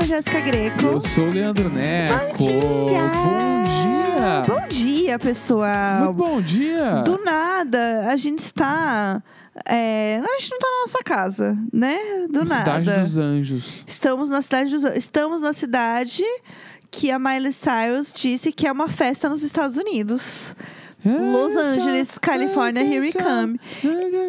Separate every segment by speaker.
Speaker 1: é Jéssica Greco.
Speaker 2: Eu sou o Leandro Neco.
Speaker 1: Bom dia!
Speaker 2: Bom dia!
Speaker 1: Bom dia, pessoal.
Speaker 2: Muito bom dia!
Speaker 1: Do nada, a gente está. é, a gente não está na nossa casa, né? Do
Speaker 2: Cidade
Speaker 1: nada.
Speaker 2: dos Anjos.
Speaker 1: Estamos na cidade dos... Estamos na cidade que a Miley Cyrus disse que é uma festa nos Estados Unidos. Los Angeles, Califórnia, here we come.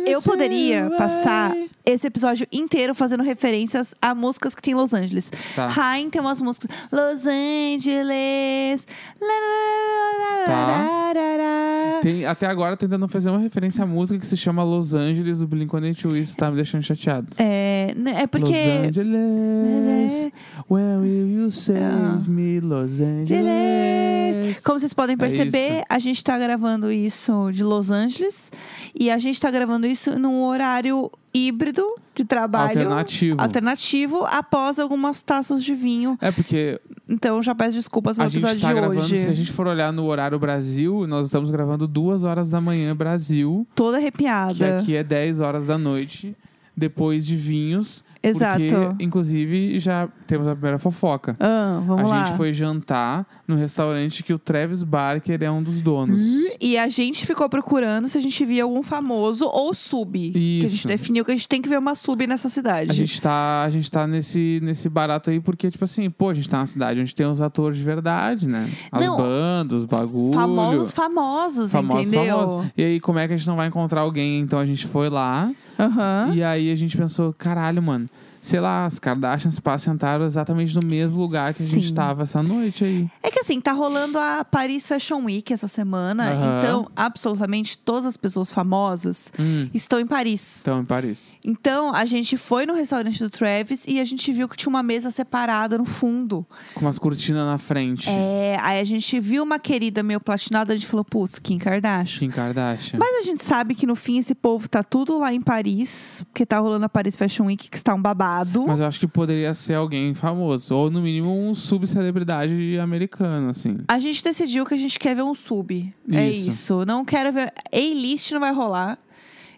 Speaker 2: é
Speaker 1: Eu poderia passar esse episódio inteiro fazendo referências a músicas que tem em Los Angeles.
Speaker 2: Tá.
Speaker 1: Rain tem umas músicas. Los Angeles. lá, lá, lá, lá,
Speaker 2: Tá.
Speaker 1: lá, lá, lá.
Speaker 2: Tem, até agora tentando fazer uma referência à música que se chama Los Angeles do Blink-182. Isso tá me deixando chateado.
Speaker 1: É, né, é
Speaker 2: Los
Speaker 1: porque.
Speaker 2: Angeles, when will you
Speaker 1: Ah.
Speaker 2: save me, Los Angeles?
Speaker 1: Como vocês podem perceber,
Speaker 2: É isso.
Speaker 1: a gente tá gravando isso de Los Angeles e a gente tá gravando isso num horário híbrido de trabalho
Speaker 2: Alternativo.
Speaker 1: alternativo, após algumas taças de vinho.
Speaker 2: É porque
Speaker 1: Então já peço desculpas no
Speaker 2: a gente
Speaker 1: episódio
Speaker 2: tá
Speaker 1: de
Speaker 2: gravando,
Speaker 1: hoje.
Speaker 2: se a gente for olhar no horário Brasil, nós estamos gravando duas horas da manhã Brasil,
Speaker 1: Toda
Speaker 2: que
Speaker 1: arrepiada.
Speaker 2: aqui é 10 horas da noite, depois de vinhos.
Speaker 1: Exato.
Speaker 2: Porque, inclusive, já temos a primeira fofoca.
Speaker 1: Ah, vamos
Speaker 2: a
Speaker 1: lá.
Speaker 2: gente foi jantar no restaurante que o Travis Barker é um dos donos.
Speaker 1: E a gente ficou procurando se a gente via algum famoso ou sub. Que a gente
Speaker 2: Isso.
Speaker 1: definiu que a gente tem que ver uma sub nessa cidade.
Speaker 2: A gente tá, a gente tá nesse, nesse barato aí porque, tipo assim, pô, a gente tá na cidade onde tem os atores de verdade, né? As
Speaker 1: Não.
Speaker 2: bandas, os bagulho.
Speaker 1: Famosos, famosos,
Speaker 2: Famosos,
Speaker 1: entendeu?
Speaker 2: famosos. E aí, como é que a gente não vai encontrar alguém? Então a gente foi lá
Speaker 1: Aham.
Speaker 2: e aí a gente pensou, caralho, mano. Sei lá, as Kardashians pá, sentaram exatamente no mesmo lugar que a gente
Speaker 1: Sim.
Speaker 2: tava essa noite aí.
Speaker 1: É que assim, tá rolando a Paris Fashion Week essa semana.
Speaker 2: Aham.
Speaker 1: Então, absolutamente todas as pessoas famosas
Speaker 2: Hum,
Speaker 1: estão em Paris.
Speaker 2: então, em Paris.
Speaker 1: Então, a gente foi no restaurante do Travis e a gente viu que tinha uma mesa separada no fundo.
Speaker 2: Com umas cortinas na frente.
Speaker 1: É, aí a gente viu uma querida meio platinada, a gente falou, putz, Kim Kardashian.
Speaker 2: Kim Kardashian.
Speaker 1: Mas a gente sabe que no fim esse povo tá tudo lá em Paris, porque tá rolando a Paris Fashion Week, que está um babado.
Speaker 2: Mas eu acho que poderia ser alguém famoso. Ou, no mínimo, um subcelebridade americano, assim.
Speaker 1: A gente decidiu que a gente quer ver um sub. É
Speaker 2: Isso.
Speaker 1: isso. Não quero ver. A-list não vai rolar.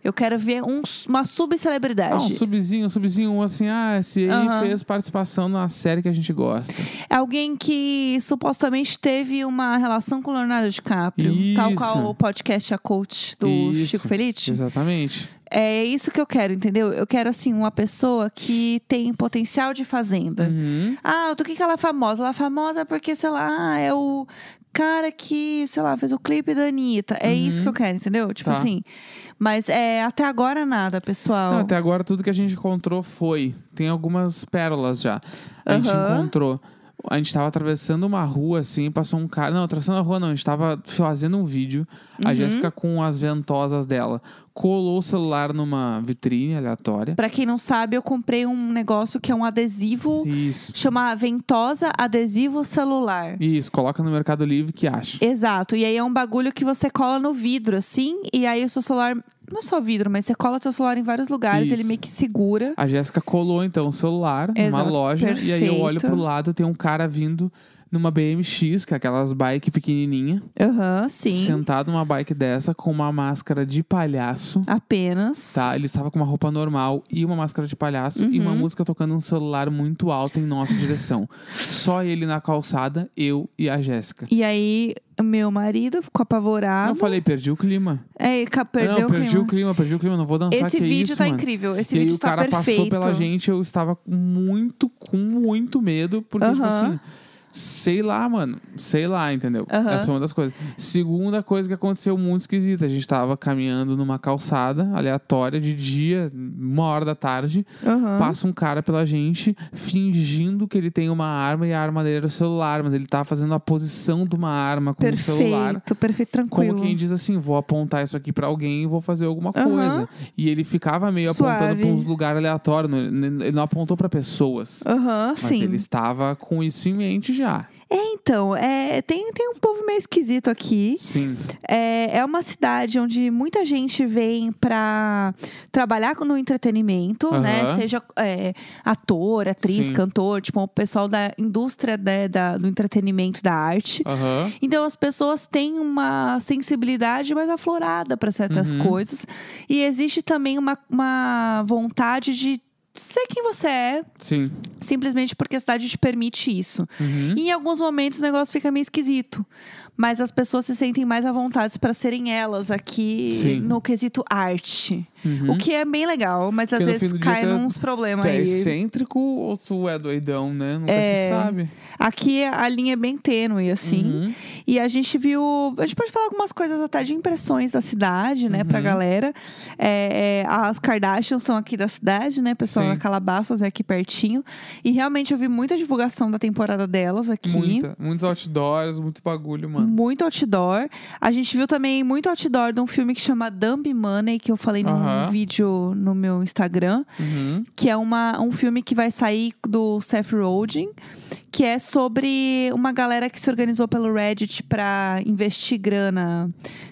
Speaker 1: Eu quero ver um, uma
Speaker 2: Ah, um
Speaker 1: subcelebridade.
Speaker 2: subzinho, um subzinho, um assim, ah, esse aí
Speaker 1: Aham.
Speaker 2: fez participação na série que a gente gosta.
Speaker 1: É Alguém que supostamente teve uma relação com o Leonardo DiCaprio, tal
Speaker 2: Isso.
Speaker 1: qual o podcast A Coach do
Speaker 2: Isso.
Speaker 1: Chico Felice.
Speaker 2: Exatamente.
Speaker 1: É isso que eu quero, entendeu? Eu quero, assim, uma pessoa que tem potencial de fazenda.
Speaker 2: Uhum.
Speaker 1: Ah, do que, que ela é famosa? Ela é famosa porque, sei lá, é o cara que, sei lá, fez o clipe da Anitta. É isso que eu quero, entendeu? Tipo
Speaker 2: Uhum. Tá.
Speaker 1: assim. Mas é, até agora nada, pessoal.
Speaker 2: Não, até agora tudo que a gente encontrou foi. Tem algumas pérolas já. A gente
Speaker 1: Aham.
Speaker 2: encontrou. A gente tava atravessando uma rua, assim, passou um cara. Não, atravessando a rua não, a gente tava fazendo um vídeo.
Speaker 1: Uhum.
Speaker 2: A Jéssica com as ventosas dela. Colou o celular numa vitrine aleatória.
Speaker 1: Pra quem não sabe, eu comprei um negócio que é um adesivo,
Speaker 2: Isso.
Speaker 1: chama Ventosa Adesivo Celular.
Speaker 2: Isso, coloca no Mercado Livre que acha.
Speaker 1: Exato. E aí é um bagulho que você cola no vidro, assim, e aí o seu celular. Não é só vidro, mas você cola teu celular em vários lugares,
Speaker 2: Isso.
Speaker 1: ele meio que segura.
Speaker 2: A Jéssica colou então o celular numa
Speaker 1: Exato,
Speaker 2: loja e aí eu
Speaker 1: perfeito.
Speaker 2: olho pro lado, tem um cara vindo numa BMX, que é aquelas bike pequenininha,
Speaker 1: Aham, sim.
Speaker 2: sentado numa bike dessa com uma máscara de palhaço.
Speaker 1: Apenas.
Speaker 2: Tá, ele estava com uma roupa normal e uma máscara de palhaço e
Speaker 1: Uhum.
Speaker 2: uma música tocando um celular muito alto em nossa direção. Só ele na calçada, eu e a Jéssica.
Speaker 1: E aí, meu marido ficou apavorado.
Speaker 2: eu falei, perdi o clima.
Speaker 1: É, ca- perdeu
Speaker 2: não,
Speaker 1: o
Speaker 2: perdi
Speaker 1: clima.
Speaker 2: o clima, perdi o clima, não vou dançar
Speaker 1: Esse
Speaker 2: que é
Speaker 1: vídeo
Speaker 2: isso,
Speaker 1: tá
Speaker 2: mano.
Speaker 1: incrível. Esse
Speaker 2: e aí
Speaker 1: vídeo
Speaker 2: o
Speaker 1: tá
Speaker 2: cara
Speaker 1: perfeito.
Speaker 2: passou pela gente, eu estava com muito, com muito medo, porque, tipo
Speaker 1: Aham.
Speaker 2: assim, sei lá, mano, sei lá, entendeu?
Speaker 1: Aham.
Speaker 2: Essa é uma das coisas. Segunda coisa que aconteceu muito esquisita, a gente estava caminhando numa calçada aleatória de dia, uma hora da tarde,
Speaker 1: Aham.
Speaker 2: passa um cara pela gente, fingindo que ele tem uma arma e a arma dele era o celular, mas ele tá fazendo a posição de uma arma com o celular.
Speaker 1: Perfeito, perfeito, tranquilo.
Speaker 2: Como quem diz assim, vou apontar isso aqui pra alguém e vou fazer alguma
Speaker 1: Aham.
Speaker 2: coisa. E ele ficava meio
Speaker 1: Suave.
Speaker 2: apontando pra uns lugares aleatórios. não- Ele não apontou pra pessoas.
Speaker 1: Aham,
Speaker 2: Mas
Speaker 1: sim.
Speaker 2: ele estava com isso em mente já.
Speaker 1: Então, é, tem, tem um povo meio esquisito aqui.
Speaker 2: Sim.
Speaker 1: É, é uma cidade onde muita gente vem pra trabalhar no entretenimento,
Speaker 2: Aham.
Speaker 1: né? Seja é, ator, atriz,
Speaker 2: Sim.
Speaker 1: cantor, tipo, o pessoal da indústria né, da, do entretenimento, da arte.
Speaker 2: Aham.
Speaker 1: Então as pessoas têm uma sensibilidade mais aflorada para certas
Speaker 2: Uhum.
Speaker 1: coisas. E existe também uma, uma vontade de ser quem você é,
Speaker 2: Sim.
Speaker 1: simplesmente porque a cidade te permite isso.
Speaker 2: Uhum.
Speaker 1: E em alguns momentos o negócio fica meio esquisito. Mas as pessoas se sentem mais à vontade para serem elas aqui
Speaker 2: Sim.
Speaker 1: no quesito arte.
Speaker 2: Uhum.
Speaker 1: O que é bem legal, mas às
Speaker 2: Porque no
Speaker 1: vezes
Speaker 2: fim do dia
Speaker 1: cai
Speaker 2: tá-
Speaker 1: nos problemas
Speaker 2: Tu é
Speaker 1: aí.
Speaker 2: excêntrico ou tu é doidão, né? Nunca
Speaker 1: É.
Speaker 2: se sabe.
Speaker 1: Aqui a linha é bem tênue, assim.
Speaker 2: Uhum.
Speaker 1: E a gente viu. A gente pode falar algumas coisas até de impressões da cidade, né, pra
Speaker 2: Uhum.
Speaker 1: galera. É, é, as Kardashians são aqui da cidade, né, pessoal?
Speaker 2: Sim.
Speaker 1: A Calabasas é aqui pertinho. E realmente eu vi muita divulgação da temporada delas aqui.
Speaker 2: Muita, muitos outdoors, muito bagulho, mano.
Speaker 1: Muito outdoor. A gente viu também muito outdoor de um filme que chama Dumb Money, que eu falei num
Speaker 2: Aham.
Speaker 1: vídeo no meu Instagram,
Speaker 2: Uhum.
Speaker 1: que é uma, um filme que vai sair do Seth Rogen, que é sobre uma galera que se organizou pelo Reddit pra investir grana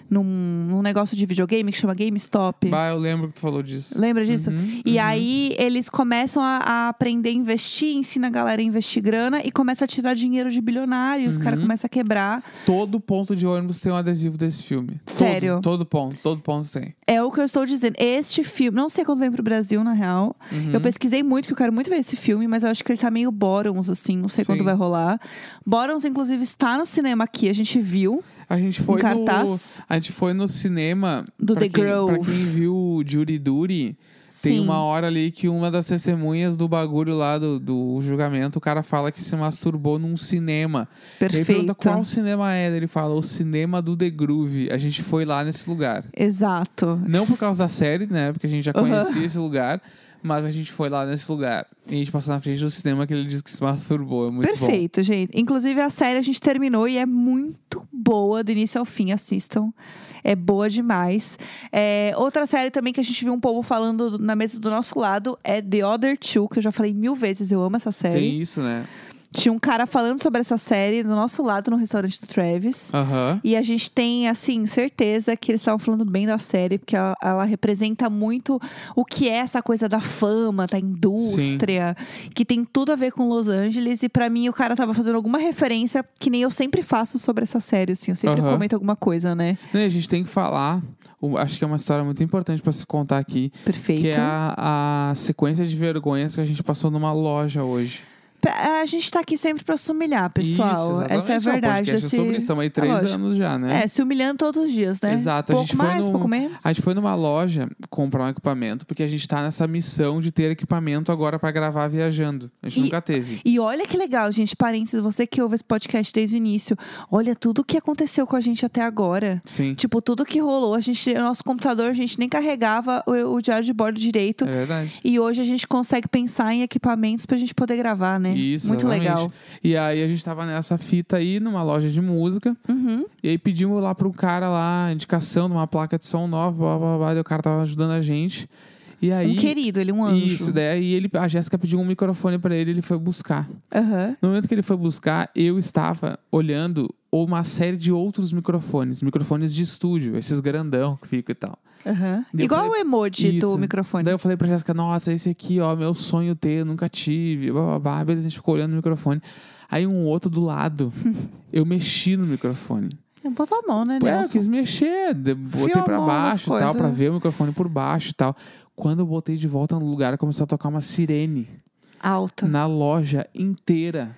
Speaker 1: num, num negócio de videogame que chama GameStop.
Speaker 2: Bah, eu lembro que tu falou disso.
Speaker 1: Lembra disso?
Speaker 2: Uhum,
Speaker 1: E
Speaker 2: uhum.
Speaker 1: aí eles começam a, a aprender a investir, ensina a galera a investir grana e começa a tirar dinheiro de bilionário, os
Speaker 2: Uhum.
Speaker 1: caras começam a quebrar.
Speaker 2: Todo ponto de ônibus tem um adesivo desse filme. Todo,
Speaker 1: Sério?
Speaker 2: Todo ponto, todo ponto tem.
Speaker 1: É o que eu estou dizendo. Este filme, não sei quando vem pro Brasil, na real.
Speaker 2: Uhum.
Speaker 1: Eu pesquisei muito, que eu quero muito ver esse filme, mas eu acho que ele tá meio Bottoms, assim, não sei quando
Speaker 2: Sim.
Speaker 1: vai rolar. Bottoms, inclusive, está no cinema aqui, a gente viu.
Speaker 2: A gente foi
Speaker 1: em Um cartaz.
Speaker 2: no. A gente foi no cinema.
Speaker 1: Do
Speaker 2: pra
Speaker 1: The
Speaker 2: quem,
Speaker 1: Grove.
Speaker 2: Pra quem viu Jury Duty, tem
Speaker 1: Sim.
Speaker 2: uma hora ali que uma das testemunhas do bagulho lá do, do julgamento, o cara fala que se masturbou num cinema. Ele
Speaker 1: Perfeito.
Speaker 2: pergunta qual cinema é. daí Ele fala, o cinema do The Groove. A gente foi lá nesse lugar.
Speaker 1: Exato.
Speaker 2: Não por causa da série, né? Porque a gente já
Speaker 1: Aham.
Speaker 2: conhecia esse lugar. Mas a gente foi lá nesse lugar. E a gente passou na frente do cinema que ele disse que se masturbou. É muito bom.
Speaker 1: Perfeito, gente. Inclusive, a série a gente terminou e é muito boa do início ao fim. Assistam. É boa demais. É, outra série também que a gente viu um povo falando na mesa do nosso lado é The Other Two, que eu já falei mil vezes. Eu amo essa série.
Speaker 2: Tem isso, né?
Speaker 1: Tinha um cara falando sobre essa série do nosso lado no restaurante do Travis.
Speaker 2: Aham.
Speaker 1: E a gente tem, assim, certeza que eles estavam falando bem da série, porque ela, ela representa muito o que é essa coisa da fama, da indústria, que tem tudo a ver com Los Angeles. E pra mim, o cara tava fazendo alguma referência que nem eu sempre faço sobre essa série, assim. Eu sempre
Speaker 2: Aham.
Speaker 1: comento alguma coisa, né?
Speaker 2: Né, A gente tem que falar. o- Acho que é uma história muito importante pra se contar aqui.
Speaker 1: Perfeito.
Speaker 2: Que é a, a sequência de vergonhas que a gente passou numa loja hoje.
Speaker 1: P- A gente tá aqui sempre pra se humilhar,
Speaker 2: Isso,
Speaker 1: pessoal.
Speaker 2: exatamente.
Speaker 1: Essa é a
Speaker 2: o
Speaker 1: verdade.
Speaker 2: podcast é
Speaker 1: Desse...
Speaker 2: sobre isso. Estamos aí três
Speaker 1: lógico.
Speaker 2: anos já, né?
Speaker 1: É, se humilhando todos os dias, né?
Speaker 2: Exato, a
Speaker 1: Pouco
Speaker 2: gente foi
Speaker 1: mais,
Speaker 2: no-
Speaker 1: pouco menos.
Speaker 2: A gente foi numa loja comprar um equipamento, porque a gente tá nessa missão de ter equipamento agora pra gravar viajando. A gente
Speaker 1: E-
Speaker 2: nunca teve.
Speaker 1: E olha que legal, gente. Parênteses, você que ouve esse podcast desde o início. Olha tudo o que aconteceu com a gente até agora.
Speaker 2: Sim.
Speaker 1: Tipo, tudo que rolou. A gente, o nosso computador, a gente nem carregava o, o diário de bordo direito.
Speaker 2: É verdade.
Speaker 1: E hoje a gente consegue pensar em equipamentos pra gente poder gravar, né?
Speaker 2: Isso,
Speaker 1: Muito
Speaker 2: exatamente.
Speaker 1: legal.
Speaker 2: E aí a gente tava nessa fita aí, numa loja de música.
Speaker 1: Uhum.
Speaker 2: E aí pedimos lá pro cara lá, a indicação de uma placa de som nova, blá, blá, blá, e o cara tava ajudando a gente. E aí.
Speaker 1: Um querido, ele é um anjo.
Speaker 2: Isso, daí aí ele, a Jéssica pediu um microfone pra ele, ele foi buscar.
Speaker 1: Aham.
Speaker 2: No momento que ele foi buscar, eu estava olhando uma série de outros microfones, microfones de estúdio, esses grandão que fica e tal.
Speaker 1: aham.
Speaker 2: Daí eu
Speaker 1: Igual
Speaker 2: falei-
Speaker 1: o emoji do
Speaker 2: Isso.
Speaker 1: microfone.
Speaker 2: Daí eu falei pra Jéssica, nossa, esse aqui, ó, meu sonho ter, eu nunca tive, blá, blá, blá. Beleza, a gente ficou olhando o microfone. Aí um outro do lado, eu mexi no microfone.
Speaker 1: Botou a mão, né,
Speaker 2: Pô, é, eu
Speaker 1: Nelson?
Speaker 2: quis mexer, de- botei
Speaker 1: a
Speaker 2: pra
Speaker 1: mão nas
Speaker 2: baixo e tal,
Speaker 1: coisas,
Speaker 2: pra
Speaker 1: né?
Speaker 2: ver o microfone por baixo e tal. Quando eu botei de volta no lugar, começou a tocar uma sirene
Speaker 1: Alta.
Speaker 2: na loja inteira.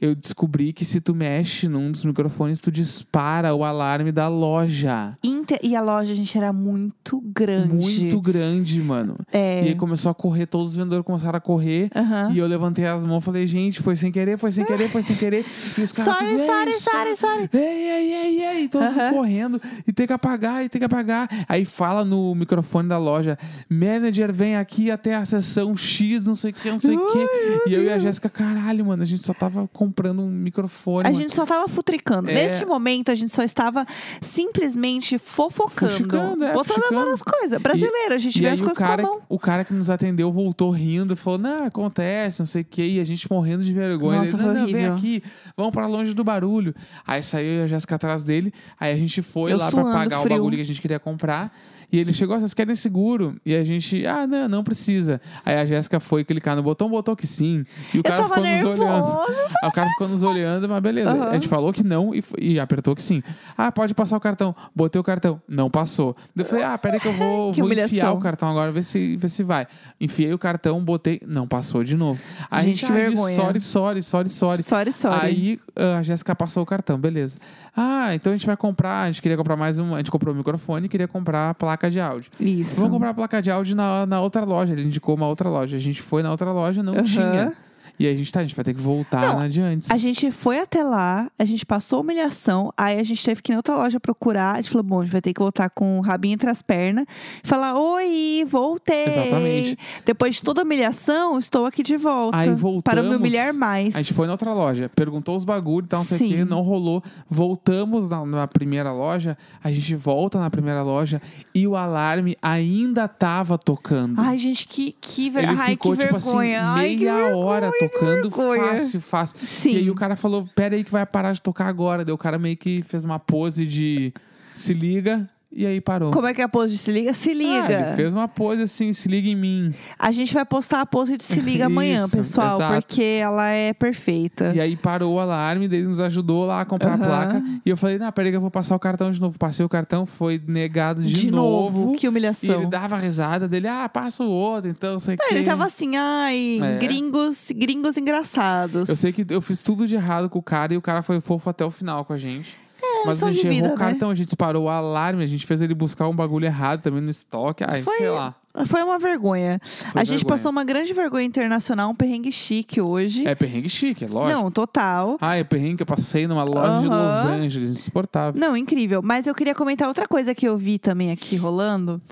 Speaker 2: Eu descobri que se tu mexe num dos microfones, tu dispara o alarme da loja.
Speaker 1: Inter- E a loja, gente, era muito grande.
Speaker 2: Muito grande, mano.
Speaker 1: É.
Speaker 2: E aí começou a correr, todos os vendedores começaram a correr.
Speaker 1: Aham.
Speaker 2: E eu levantei as mãos e falei, gente, foi sem querer, foi sem querer, foi sem querer. E os caras.
Speaker 1: Sorry,
Speaker 2: tudo, "Ei,
Speaker 1: sorry, sorry, sorry.
Speaker 2: Ei, ei, ei, ei, é, todo mundo
Speaker 1: Aham.
Speaker 2: correndo e tem que apagar, e tem que apagar. Aí fala no microfone da loja: manager, vem aqui até a sessão X, não sei o que, não sei o que. E eu e a Jéssica, caralho, mano, a gente só tava comprando um microfone.
Speaker 1: A
Speaker 2: mano.
Speaker 1: gente só tava futricando.
Speaker 2: É.
Speaker 1: Neste momento, a gente só estava simplesmente fofocando.
Speaker 2: Fuxicando, é,
Speaker 1: botando a mão
Speaker 2: fuxicando.
Speaker 1: nas coisas. Brasileiro, a gente
Speaker 2: E
Speaker 1: vê
Speaker 2: aí
Speaker 1: as
Speaker 2: o
Speaker 1: coisas
Speaker 2: cara,
Speaker 1: com a mão.
Speaker 2: o cara que nos atendeu voltou rindo, falou, não, acontece, não sei o que, e a gente morrendo de vergonha.
Speaker 1: Nossa,
Speaker 2: Ele,
Speaker 1: foi
Speaker 2: não, não, vem
Speaker 1: horrível.
Speaker 2: aqui, vamos pra longe do barulho. Aí saiu eu e a Jéssica atrás dele, aí a gente foi
Speaker 1: Eu
Speaker 2: lá pra
Speaker 1: suando
Speaker 2: pagar
Speaker 1: frio.
Speaker 2: o bagulho que a gente queria comprar. E ele chegou, "Ah, vocês querem seguro? E a gente, ah, não, não precisa. Aí a Jéssica foi clicar no botão, botou que sim. E o
Speaker 1: Eu
Speaker 2: cara
Speaker 1: tava
Speaker 2: ficou nos olhando.
Speaker 1: nervoso.
Speaker 2: Aí o cara ficou nos olhando, mas beleza.
Speaker 1: Aham.
Speaker 2: A gente falou que não e, f- e apertou que sim. Ah, pode passar o cartão. Botei o cartão. Não passou. Daí Eu falei, ah, peraí que eu vou,
Speaker 1: Que
Speaker 2: vou enfiar
Speaker 1: humilhação.
Speaker 2: o cartão agora, ver se, ver se vai. Enfiei o cartão, botei. Não passou de novo. Aí a
Speaker 1: Gente,
Speaker 2: gente,
Speaker 1: que
Speaker 2: ah, diz
Speaker 1: vergonha.
Speaker 2: sorry, sorry, sorry, sorry.
Speaker 1: Sorry, sorry.
Speaker 2: Aí ah, a Jéssica passou o cartão, beleza. Ah, então a gente vai comprar. A gente queria comprar mais um. A gente comprou o microfone e queria comprar a placa de áudio.
Speaker 1: Isso.
Speaker 2: Vamos comprar a placa de áudio na, na outra loja. Ele indicou uma outra loja. A gente foi na outra loja, não
Speaker 1: Aham.
Speaker 2: tinha. E a gente tá, a gente vai ter que voltar
Speaker 1: Não,
Speaker 2: na de antes.
Speaker 1: A gente foi até lá, a gente passou humilhação, aí a gente teve que ir em outra loja procurar. A gente falou, bom, a gente vai ter que voltar com o rabinho entre as pernas. e Falar, oi, voltei.
Speaker 2: Exatamente.
Speaker 1: Depois de toda a humilhação, estou aqui de volta.
Speaker 2: Aí voltamos,
Speaker 1: Para me humilhar mais.
Speaker 2: A gente foi na outra loja, perguntou os bagulhos, tal, não sei o
Speaker 1: Sim.
Speaker 2: que, não rolou. Voltamos na, na primeira loja, a gente volta na primeira loja e o alarme ainda tava tocando.
Speaker 1: Ai, gente, que, que, ver...
Speaker 2: Ele
Speaker 1: Ai,
Speaker 2: ficou,
Speaker 1: que
Speaker 2: tipo
Speaker 1: vergonha.
Speaker 2: assim,
Speaker 1: Ai, que
Speaker 2: meia
Speaker 1: vergonha.
Speaker 2: hora tocando
Speaker 1: vergonha.
Speaker 2: fácil, fácil.
Speaker 1: Sim.
Speaker 2: E aí o cara falou, pera aí que vai parar de tocar agora. Daí o cara meio que fez uma pose de se liga e aí parou.
Speaker 1: Como é que é a pose de se liga? Se
Speaker 2: Ah,
Speaker 1: liga.
Speaker 2: ele fez uma pose assim, se liga em mim.
Speaker 1: A gente vai postar a pose de se liga amanhã,
Speaker 2: Isso,
Speaker 1: pessoal,
Speaker 2: exato.
Speaker 1: porque ela é perfeita.
Speaker 2: E aí parou o alarme, daí ele nos ajudou lá a comprar
Speaker 1: Aham.
Speaker 2: a placa. E eu falei, não, peraí que eu vou passar o cartão de novo. Passei o cartão, foi negado de,
Speaker 1: que
Speaker 2: E
Speaker 1: humilhação.
Speaker 2: ele dava risada dele, ah, passa o outro, então, sei
Speaker 1: Ah,
Speaker 2: que.
Speaker 1: Ele tava assim, ai,
Speaker 2: É.
Speaker 1: gringos, gringos engraçados.
Speaker 2: Eu sei que eu fiz tudo de errado com o cara e o cara foi fofo até o final com a gente. É, Mas
Speaker 1: lição
Speaker 2: a gente
Speaker 1: de
Speaker 2: errou
Speaker 1: vida,
Speaker 2: o
Speaker 1: né?
Speaker 2: cartão, a gente disparou o alarme, a gente fez ele buscar um bagulho errado também no estoque. Ah,
Speaker 1: Foi-
Speaker 2: sei lá.
Speaker 1: Foi uma vergonha.
Speaker 2: Foi
Speaker 1: a gente
Speaker 2: vergonha.
Speaker 1: passou uma grande vergonha internacional, um perrengue chique hoje.
Speaker 2: É perrengue chique, é lógico.
Speaker 1: Não, total.
Speaker 2: Ah, é perrengue que eu passei numa loja de
Speaker 1: Aham.
Speaker 2: Los Angeles, insuportável.
Speaker 1: Não, incrível. Mas eu queria comentar outra coisa que eu vi também aqui rolando,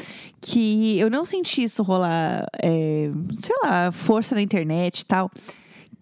Speaker 1: que eu não senti isso rolar, é, sei lá, força na internet e tal,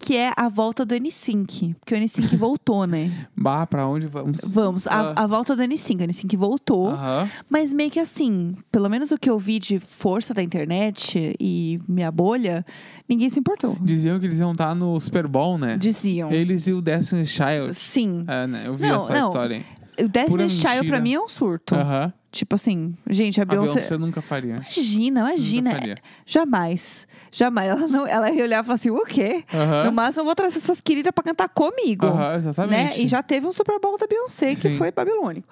Speaker 1: que é a volta do N5. Porque o N5 voltou, né?
Speaker 2: Bah, pra onde vamos?
Speaker 1: Vamos, a,
Speaker 2: Ah.
Speaker 1: a volta do N5. O N5 voltou.
Speaker 2: Aham.
Speaker 1: Mas meio que assim, pelo menos o que eu vi de força da internet e minha bolha, ninguém se importou.
Speaker 2: Diziam que eles iam estar no Super Bowl, né?
Speaker 1: Diziam.
Speaker 2: Eles e o Destiny's Child.
Speaker 1: Sim.
Speaker 2: É, né? Eu vi
Speaker 1: Não,
Speaker 2: essa
Speaker 1: não.
Speaker 2: história. aí.
Speaker 1: O Destiny's
Speaker 2: mentira. Ah. um
Speaker 1: Child pra mim é um surto.
Speaker 2: Aham.
Speaker 1: Tipo assim, gente, a
Speaker 2: A
Speaker 1: Beyoncé...
Speaker 2: Beyoncé nunca faria.
Speaker 1: Imagina, imagina.
Speaker 2: faria.
Speaker 1: Jamais. Jamais. Ela, não, ela ia olhar e falar assim, o quê? No
Speaker 2: Aham.
Speaker 1: máximo eu vou trazer essas queridas pra cantar comigo.
Speaker 2: Aham, exatamente.
Speaker 1: Né? E já teve um Super Bowl da Beyoncé, que
Speaker 2: Sim.
Speaker 1: foi babilônico.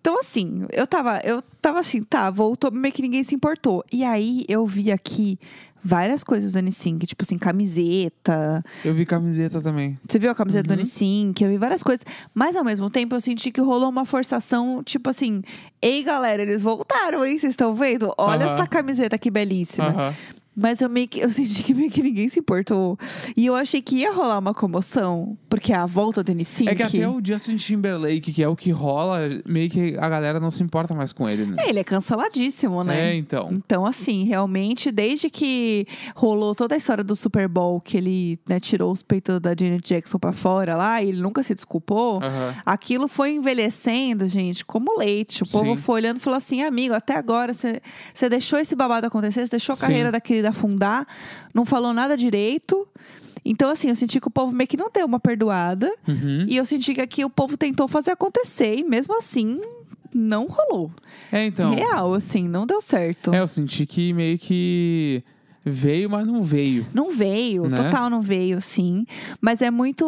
Speaker 1: Então, assim, eu tava, eu tava assim, tá, voltou, meio que ninguém se importou. E aí, eu vi aqui várias coisas do N5, tipo assim, camiseta.
Speaker 2: Eu vi camiseta também.
Speaker 1: Você viu a camiseta
Speaker 2: Uhum.
Speaker 1: do N5? Eu vi várias coisas. Mas, ao mesmo tempo, eu senti que rolou uma forçação, tipo assim... Ei, galera, eles voltaram, hein? Vocês estão vendo? Olha
Speaker 2: Aham.
Speaker 1: essa camiseta que belíssima.
Speaker 2: Aham.
Speaker 1: Mas eu meio que eu senti que meio que ninguém se importou. E eu achei que ia rolar uma comoção, porque a volta do N5.
Speaker 2: É que até o Justin Timberlake, que é o que rola, meio que a galera não se importa mais com ele, né?
Speaker 1: É, ele é canceladíssimo,
Speaker 2: É,
Speaker 1: né?
Speaker 2: então.
Speaker 1: Então, assim, realmente, desde que rolou toda a história do Super Bowl, que ele né, tirou os peitos da Janet Jackson pra fora lá, e ele nunca se desculpou,
Speaker 2: Aham.
Speaker 1: aquilo foi envelhecendo, gente, como leite. O povo
Speaker 2: Sim.
Speaker 1: foi olhando e falou assim: amigo, até agora você você deixou esse babado acontecer, você deixou a
Speaker 2: Sim.
Speaker 1: carreira da querida afundar, não falou nada direito. Então, assim, eu senti que o povo meio que não deu uma perdoada.
Speaker 2: Uhum.
Speaker 1: E eu senti que aqui o povo tentou fazer acontecer, e mesmo assim, não rolou.
Speaker 2: É, então.
Speaker 1: Real, assim, não deu certo.
Speaker 2: É, eu senti que meio que veio, mas não veio.
Speaker 1: Não veio,
Speaker 2: Né?
Speaker 1: total não veio, sim. Mas é muito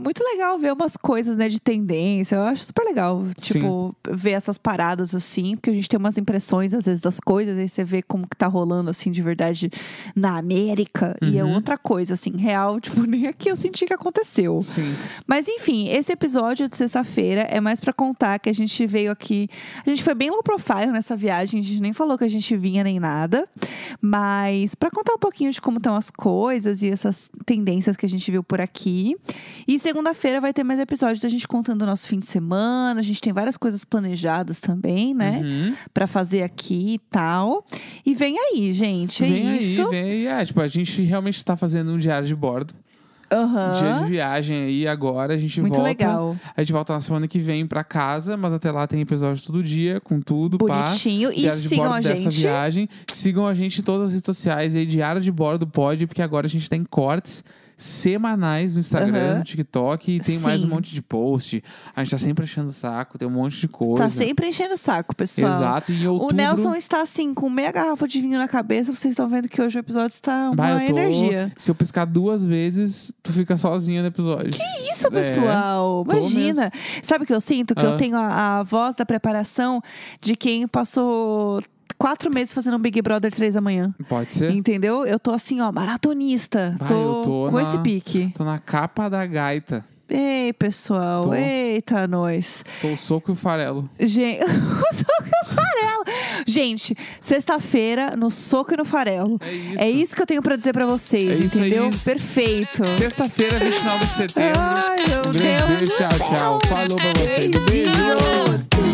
Speaker 1: muito legal ver umas coisas, né, de tendência. Eu acho super legal, tipo, ver essas paradas assim, porque a gente tem umas impressões às vezes das coisas, aí você vê como que tá rolando assim de verdade na América e é
Speaker 2: Uhum.
Speaker 1: outra coisa assim, real, tipo, nem aqui eu senti que aconteceu.
Speaker 2: Sim.
Speaker 1: Mas enfim, esse episódio de sexta-feira é mais pra contar que a gente veio aqui. A gente foi bem low profile nessa viagem, a gente nem falou que a gente vinha nem nada. Mas pra contar um pouquinho de como estão as coisas e essas tendências que a gente viu por aqui. E segunda-feira vai ter mais episódios da gente contando o nosso fim de semana. A gente tem várias coisas planejadas também, né?
Speaker 2: Uhum.
Speaker 1: Pra fazer aqui e tal. E vem aí, gente. É
Speaker 2: vem
Speaker 1: isso.
Speaker 2: aí, vem aí. É, tipo, a gente realmente está fazendo um diário de bordo. Um
Speaker 1: Aham.
Speaker 2: Dia de viagem aí agora, a gente
Speaker 1: Muito
Speaker 2: volta.
Speaker 1: legal.
Speaker 2: A gente volta na semana que vem pra casa, mas até lá tem episódio todo dia, com tudo, pá.
Speaker 1: Bonitinho. E
Speaker 2: Diário de
Speaker 1: sigam
Speaker 2: bordo
Speaker 1: a
Speaker 2: dessa
Speaker 1: gente.
Speaker 2: viagem. Sigam a gente em todas as redes sociais aí, Diário de Bordo pode, porque agora a gente tem cortes semanais no Instagram,
Speaker 1: Aham.
Speaker 2: no TikTok e tem mais um
Speaker 1: Sim.
Speaker 2: monte de post. A gente tá sempre enchendo o saco, tem um monte de coisa.
Speaker 1: Tá sempre enchendo o saco, pessoal.
Speaker 2: Exato. E em outubro,
Speaker 1: O Nelson está assim, com meia garrafa de vinho na cabeça. Vocês estão vendo que hoje o episódio está uma
Speaker 2: bah, eu tô-
Speaker 1: energia.
Speaker 2: Se eu piscar duas vezes, tu fica sozinho no episódio.
Speaker 1: Que isso,
Speaker 2: É,
Speaker 1: pessoal?
Speaker 2: tô
Speaker 1: Imagina. Sabe o que eu sinto? Que
Speaker 2: Ah.
Speaker 1: eu tenho a, a voz da preparação de quem passou quatro meses fazendo um Big Brother 3 da manhã.
Speaker 2: Pode ser?
Speaker 1: Entendeu? Eu tô assim, ó, maratonista.
Speaker 2: Vai,
Speaker 1: tô,
Speaker 2: É? eu tô
Speaker 1: com
Speaker 2: na-
Speaker 1: esse pique.
Speaker 2: Tô na capa da gaita.
Speaker 1: Ei, pessoal.
Speaker 2: Tô.
Speaker 1: Eita, nós.
Speaker 2: Tô o soco e o farelo.
Speaker 1: Gente, o soco e o farelo. Gente, sexta-feira, no soco e no farelo.
Speaker 2: É isso.
Speaker 1: É isso que eu tenho pra dizer pra vocês,
Speaker 2: É isso
Speaker 1: entendeu?
Speaker 2: aí.
Speaker 1: Perfeito.
Speaker 2: Sexta-feira, 29 de setembro.
Speaker 1: Ai, meu
Speaker 2: Um grande
Speaker 1: Deus
Speaker 2: beijo,
Speaker 1: do
Speaker 2: tchau,
Speaker 1: céu.
Speaker 2: tchau. Falou pra vocês. Um beijo.
Speaker 1: Beijinhos.